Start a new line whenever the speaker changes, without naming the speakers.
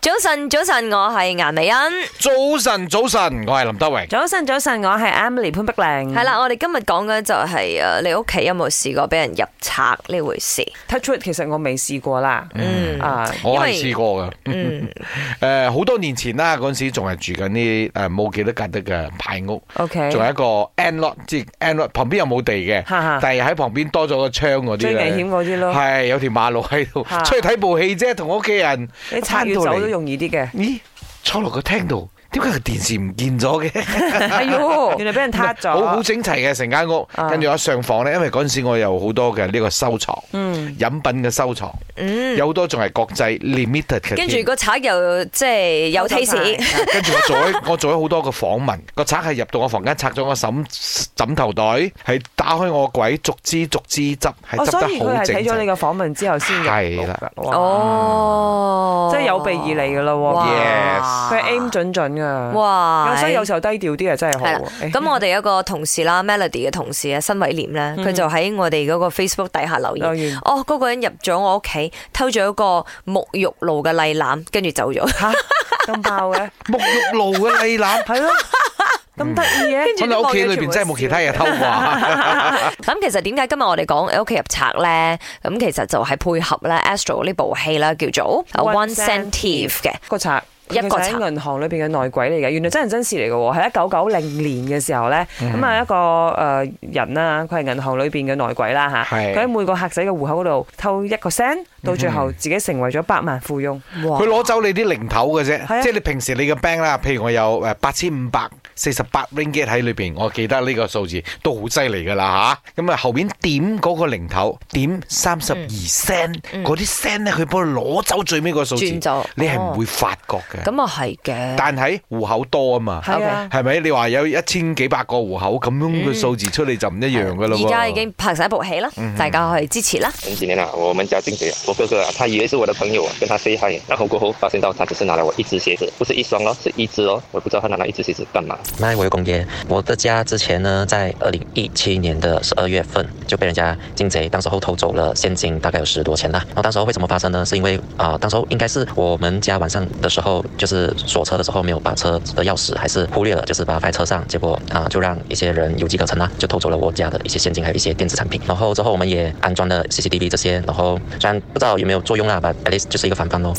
早晨，早晨，我係顏美欣。
早晨，早晨，我係林德榮。
早晨，早晨，我係 Emily 潘碧玲。
係啦，我哋今日講嘅就係、诶，你屋企有冇試過俾人入賊呢回事？
，touch wood，其實我未試過啦。
嗯
啊，
我係
因為
試過嘅，
嗯
诶、好多年前啦，嗰陣時仲係住緊啲诶冇幾多格得嘅排屋，
，OK，
仲有一個 n lot，即係 n lot 旁邊又冇地嘅，
哈哈，
但係喺旁邊多咗個窗嗰啲
最危險
咧，
嗰啲咯，
係有條馬路喺度，
哈
出去睇部戲啫，同屋企人，
你拆
翻
要
到嚟
走都容易啲嘅。
咦，坐落個廳度，點解個電視唔見咗嘅？
哎呦，原來俾人撻
好哦好
咗。
整齊嘅成間屋，
啊
跟住我一上房咧，因為嗰陣時我有好多嘅呢個收藏，
嗯，
飲品嘅收藏，
嗯，
有好多仲係國際 limited 嘅添。
跟住個賊又即係有 taste，
跟住我做咗 我做咗好多個訪問，個賊係入到我房間，拆咗我枕枕頭袋，係打開我櫃，逐支逐支執，係執
哦，所
得
以佢
好
係
整
睇咗你
齊。
個訪問之後先入
係啦
啦。哇，
哦，
即係有備而嚟噶啦喎。
Yes
佢 aim 準準噶。
哇，哎
有所以有時候低調啲啊，真係好
係啦
喎。哎
咁我哋有個同事啦，Melody 嘅同事啊，新偉廉咧，佢就喺我哋嗰個 Facebook 底下留
嗯留
言，
言
哦，嗰個人入咗我屋企，偷咗一個沐浴露嘅麗攬，跟住走咗。
吓咁爆嘅，
沐浴露嘅麗 攬，
係咯，咁得意嘅。
可能屋企裏邊真係冇其他嘢偷啊 啩。
咁其實點解今日我哋講呃喺屋企入賊咧？咁其實就係配合咧 Astro 呢部戲啦，叫做呃
One
One Cent Thief 嘅。
個賊。
一個賊
其實喺銀行裏邊嘅內鬼嚟嘅，原來真人真事嚟嘅喎，係一九九零年嘅時候咧，
嗯
咁啊、一個誒、呃人啦，佢係銀行裏邊嘅內鬼啦吓，
係
佢喺每個客仔嘅戶口嗰度偷一個 cent，到最後
嗯
自己成為咗百萬富翁。
哇
佢攞走你啲零頭嘅
係
啫，
啊
即係你平時你嘅 bank 啦，譬如我有誒八千五百四十八 ringgit 喺裏邊，我記得呢個數字都好犀利㗎啦吓，咁啊後邊點嗰個零頭，點三十二
嗯
cent，嗰啲 cent 咧佢幫佢攞走最尾個數字，
轉咗
你係唔會發覺嘅。
咁啊係嘅，
但係户口多啊嘛，
係啊
係咪？你話有一千幾百個户口，咁樣嘅數字出嚟就唔一樣㗎啦喎。
嗯
嗯
而家已經拍晒部戲啦，大家去支持啦。
前几年啊，我们家进水啊，我哥哥啊，他以为是我的朋友啊，跟他 say hi，然后过后发现到他只是拿了我一只鞋子，不是一双哦，是一只哦，我也不知道他拿了一只鞋子干嘛。
那我有公爹，我的家之前呢，在二零一七年的十二月份就被人家进贼，当时候偷走了现金大概有十多钱啦。然后当时候为什么发生呢？是因为啊、当时候应该是我们家晚上的时候，就是锁车的时候没有把车的钥匙还是忽略了，就是把它放在车上，结果啊、就让一些人有机可乘啦，就偷走了我家的一些现金还有一些电子产品。然后之后我们也安装了 CCTV 这些，然后虽然不知道有没有作用啦，但 at least 就是一个防范咯。